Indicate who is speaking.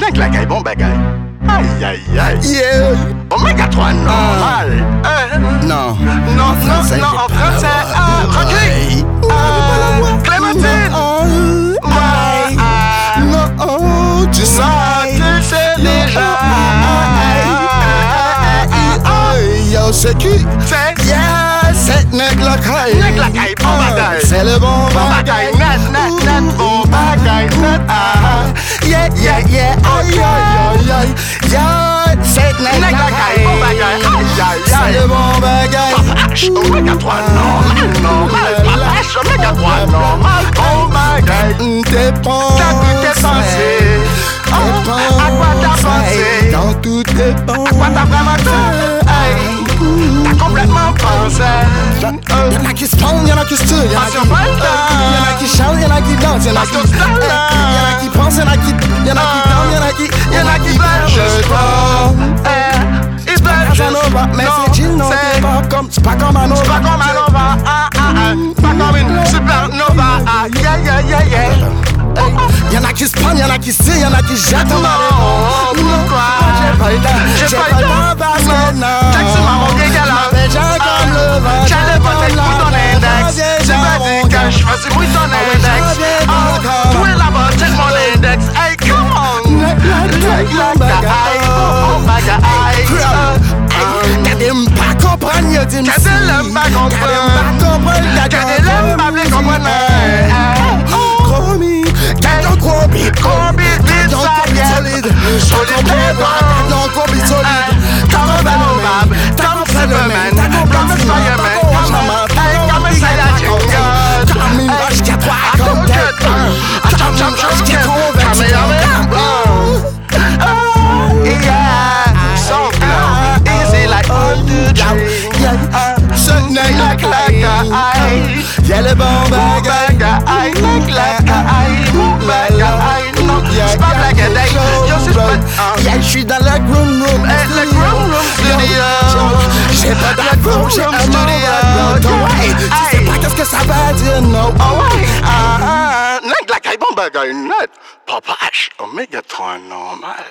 Speaker 1: Nek lagay bon bagay Ay, ay, ay
Speaker 2: Yeah.
Speaker 1: Omega 3 normal Eh,
Speaker 2: Non.
Speaker 1: Non,
Speaker 2: En
Speaker 1: non,
Speaker 2: français,
Speaker 1: non,
Speaker 2: j'ai
Speaker 1: en
Speaker 2: pas
Speaker 1: français
Speaker 2: la voix.
Speaker 1: Ah, Rodrigue
Speaker 2: Ouais. Ouais, j'ai pas la voix.
Speaker 1: Clémentine
Speaker 2: Non.
Speaker 1: Ouais, ah.
Speaker 2: Non, tu sais.
Speaker 1: Non, Ah, tu sais déjà
Speaker 2: Yo, c'est qui?
Speaker 1: C'est
Speaker 2: Yeah, c'est Neg la Caille.
Speaker 1: Neg la Caille, bon bagaille.
Speaker 2: C'est le bon
Speaker 1: Bon bagaille, net, net, net Bon bagaille, net
Speaker 2: à.
Speaker 1: Ah,
Speaker 2: Yeah, yeah, yeah. Aïe, aïe, aïe, aïe. Yeah, c'est Neg la
Speaker 1: Neg la Caille, bon bagaille Aïe, aïe, aïe
Speaker 2: C'est le bon bagaille.
Speaker 1: H, Omega 3
Speaker 2: À,
Speaker 1: normal, normal Papa H, Omega 3 normal Bon bagaille
Speaker 2: Dépense.
Speaker 1: T'as tout tes pensées Oh, à quoi t'as pensé
Speaker 2: Dans toutes tes pensées.
Speaker 1: À quoi t'as vraiment cru
Speaker 2: Ừ.
Speaker 1: Aïe, T'as complètement pensé Euh,
Speaker 2: Y'en a qui se prennent, y'en a qui se tuent, y'en a
Speaker 1: Parce
Speaker 2: qui
Speaker 1: qu'on parle
Speaker 2: Euh,
Speaker 1: d'un-
Speaker 2: Y'en a qui chantent, y'en a qui dansent, y'en a
Speaker 1: Parce
Speaker 2: qui
Speaker 1: qu'on se parle
Speaker 2: Euh,
Speaker 1: d'un-
Speaker 2: Y'en a qui pensent, y'en a qui Y'en a qui
Speaker 1: Ah.
Speaker 2: dansent, y'en a qui
Speaker 1: Y'en a qui veulent juste pas Eh, Ils veulent
Speaker 2: Pas un
Speaker 1: juste
Speaker 2: Nova, mais
Speaker 1: Non,
Speaker 2: c'est Gino,
Speaker 1: c'est
Speaker 2: c'est pas comme C'est pas comme un Nova.
Speaker 1: C'est pas comme un Nova, ah ah ah, pas comme une supernova, ah yeah yeah yeah yeah.
Speaker 2: Hey, Y'en a qui se prennent, y'en a qui se tuent, y'en a qui jettent en bas les
Speaker 1: Oh,
Speaker 2: ponts. Non,
Speaker 1: pourquoi
Speaker 2: j'ai pas le temps,
Speaker 1: J'ai pas le temps,
Speaker 2: parce que non.
Speaker 1: Jackson m'a manqué gars là.
Speaker 2: J'avais déjà comme le vent,
Speaker 1: J'ai le
Speaker 2: comme
Speaker 1: pote
Speaker 2: la
Speaker 1: pour ton
Speaker 2: mer,
Speaker 1: index.
Speaker 2: j'avais
Speaker 1: J'ai pas
Speaker 2: déjà
Speaker 1: dit
Speaker 2: mon
Speaker 1: que
Speaker 2: gars.
Speaker 1: je faisais bruit ton index. Oh, tu es là-bas, check mon index. Hey, come on.
Speaker 2: Like, like,
Speaker 1: Like
Speaker 2: like, like,
Speaker 1: the eye, oh, oh, my
Speaker 2: like,
Speaker 1: God, eye.
Speaker 2: Girl,
Speaker 1: Um,
Speaker 2: Gade m pa kompran yo di m si
Speaker 1: Gade lèm pa kompran.
Speaker 2: Gade m pa kompran
Speaker 1: Gade lèm pa vle kompran, eh, eh.
Speaker 2: Komi Gade yon gro bit
Speaker 1: Gros bit, bit,
Speaker 2: Gade yon
Speaker 1: ça
Speaker 2: gros bit
Speaker 1: y est.
Speaker 2: solide
Speaker 1: Solide,
Speaker 2: Solide
Speaker 1: eh, bon.
Speaker 2: Gade yon gros bit solide
Speaker 1: Eh,
Speaker 2: Ta
Speaker 1: comme
Speaker 2: kompran
Speaker 1: un
Speaker 2: o
Speaker 1: bab,
Speaker 2: men Ta
Speaker 1: comme
Speaker 2: kompran o
Speaker 1: Superman,
Speaker 2: men Ta kompran
Speaker 1: comme
Speaker 2: si man Ta
Speaker 1: Spiderman,
Speaker 2: kompran
Speaker 1: comme-
Speaker 2: jaman Ta
Speaker 1: eh, comme
Speaker 2: kompran
Speaker 1: Sailor Junior.
Speaker 2: Comme une roche qui a trois
Speaker 1: Ah,
Speaker 2: comme
Speaker 1: que-
Speaker 2: tête
Speaker 1: ah, chum,
Speaker 2: Comme
Speaker 1: chum,
Speaker 2: une roche qui a
Speaker 1: chum,
Speaker 2: trop
Speaker 1: chum,
Speaker 2: vêtue
Speaker 1: chum, chum. Yeah, so blow, easy like on the tree.
Speaker 2: Ce n'est la
Speaker 1: Like like a
Speaker 2: claque
Speaker 1: eye.
Speaker 2: Y'a les bons bagailles
Speaker 1: Bagger, I like like a eye. Bagger, I know. It's not like a day. Yo, c'est pas- Ah.
Speaker 2: Yeah, je suis dans la groom room
Speaker 1: Eh, la groom room studio.
Speaker 2: J'ai pas d'accord, j'ai un
Speaker 1: room
Speaker 2: mandat
Speaker 1: studio.
Speaker 2: Ouais, tu sais
Speaker 1: Aïe.
Speaker 2: pas qu'est-ce que ça va dire, non
Speaker 1: Oh, ouais. Ah, ah, ah. Nègre, la caille, bon, bagger, une note. Papa H, Omega 3 normal.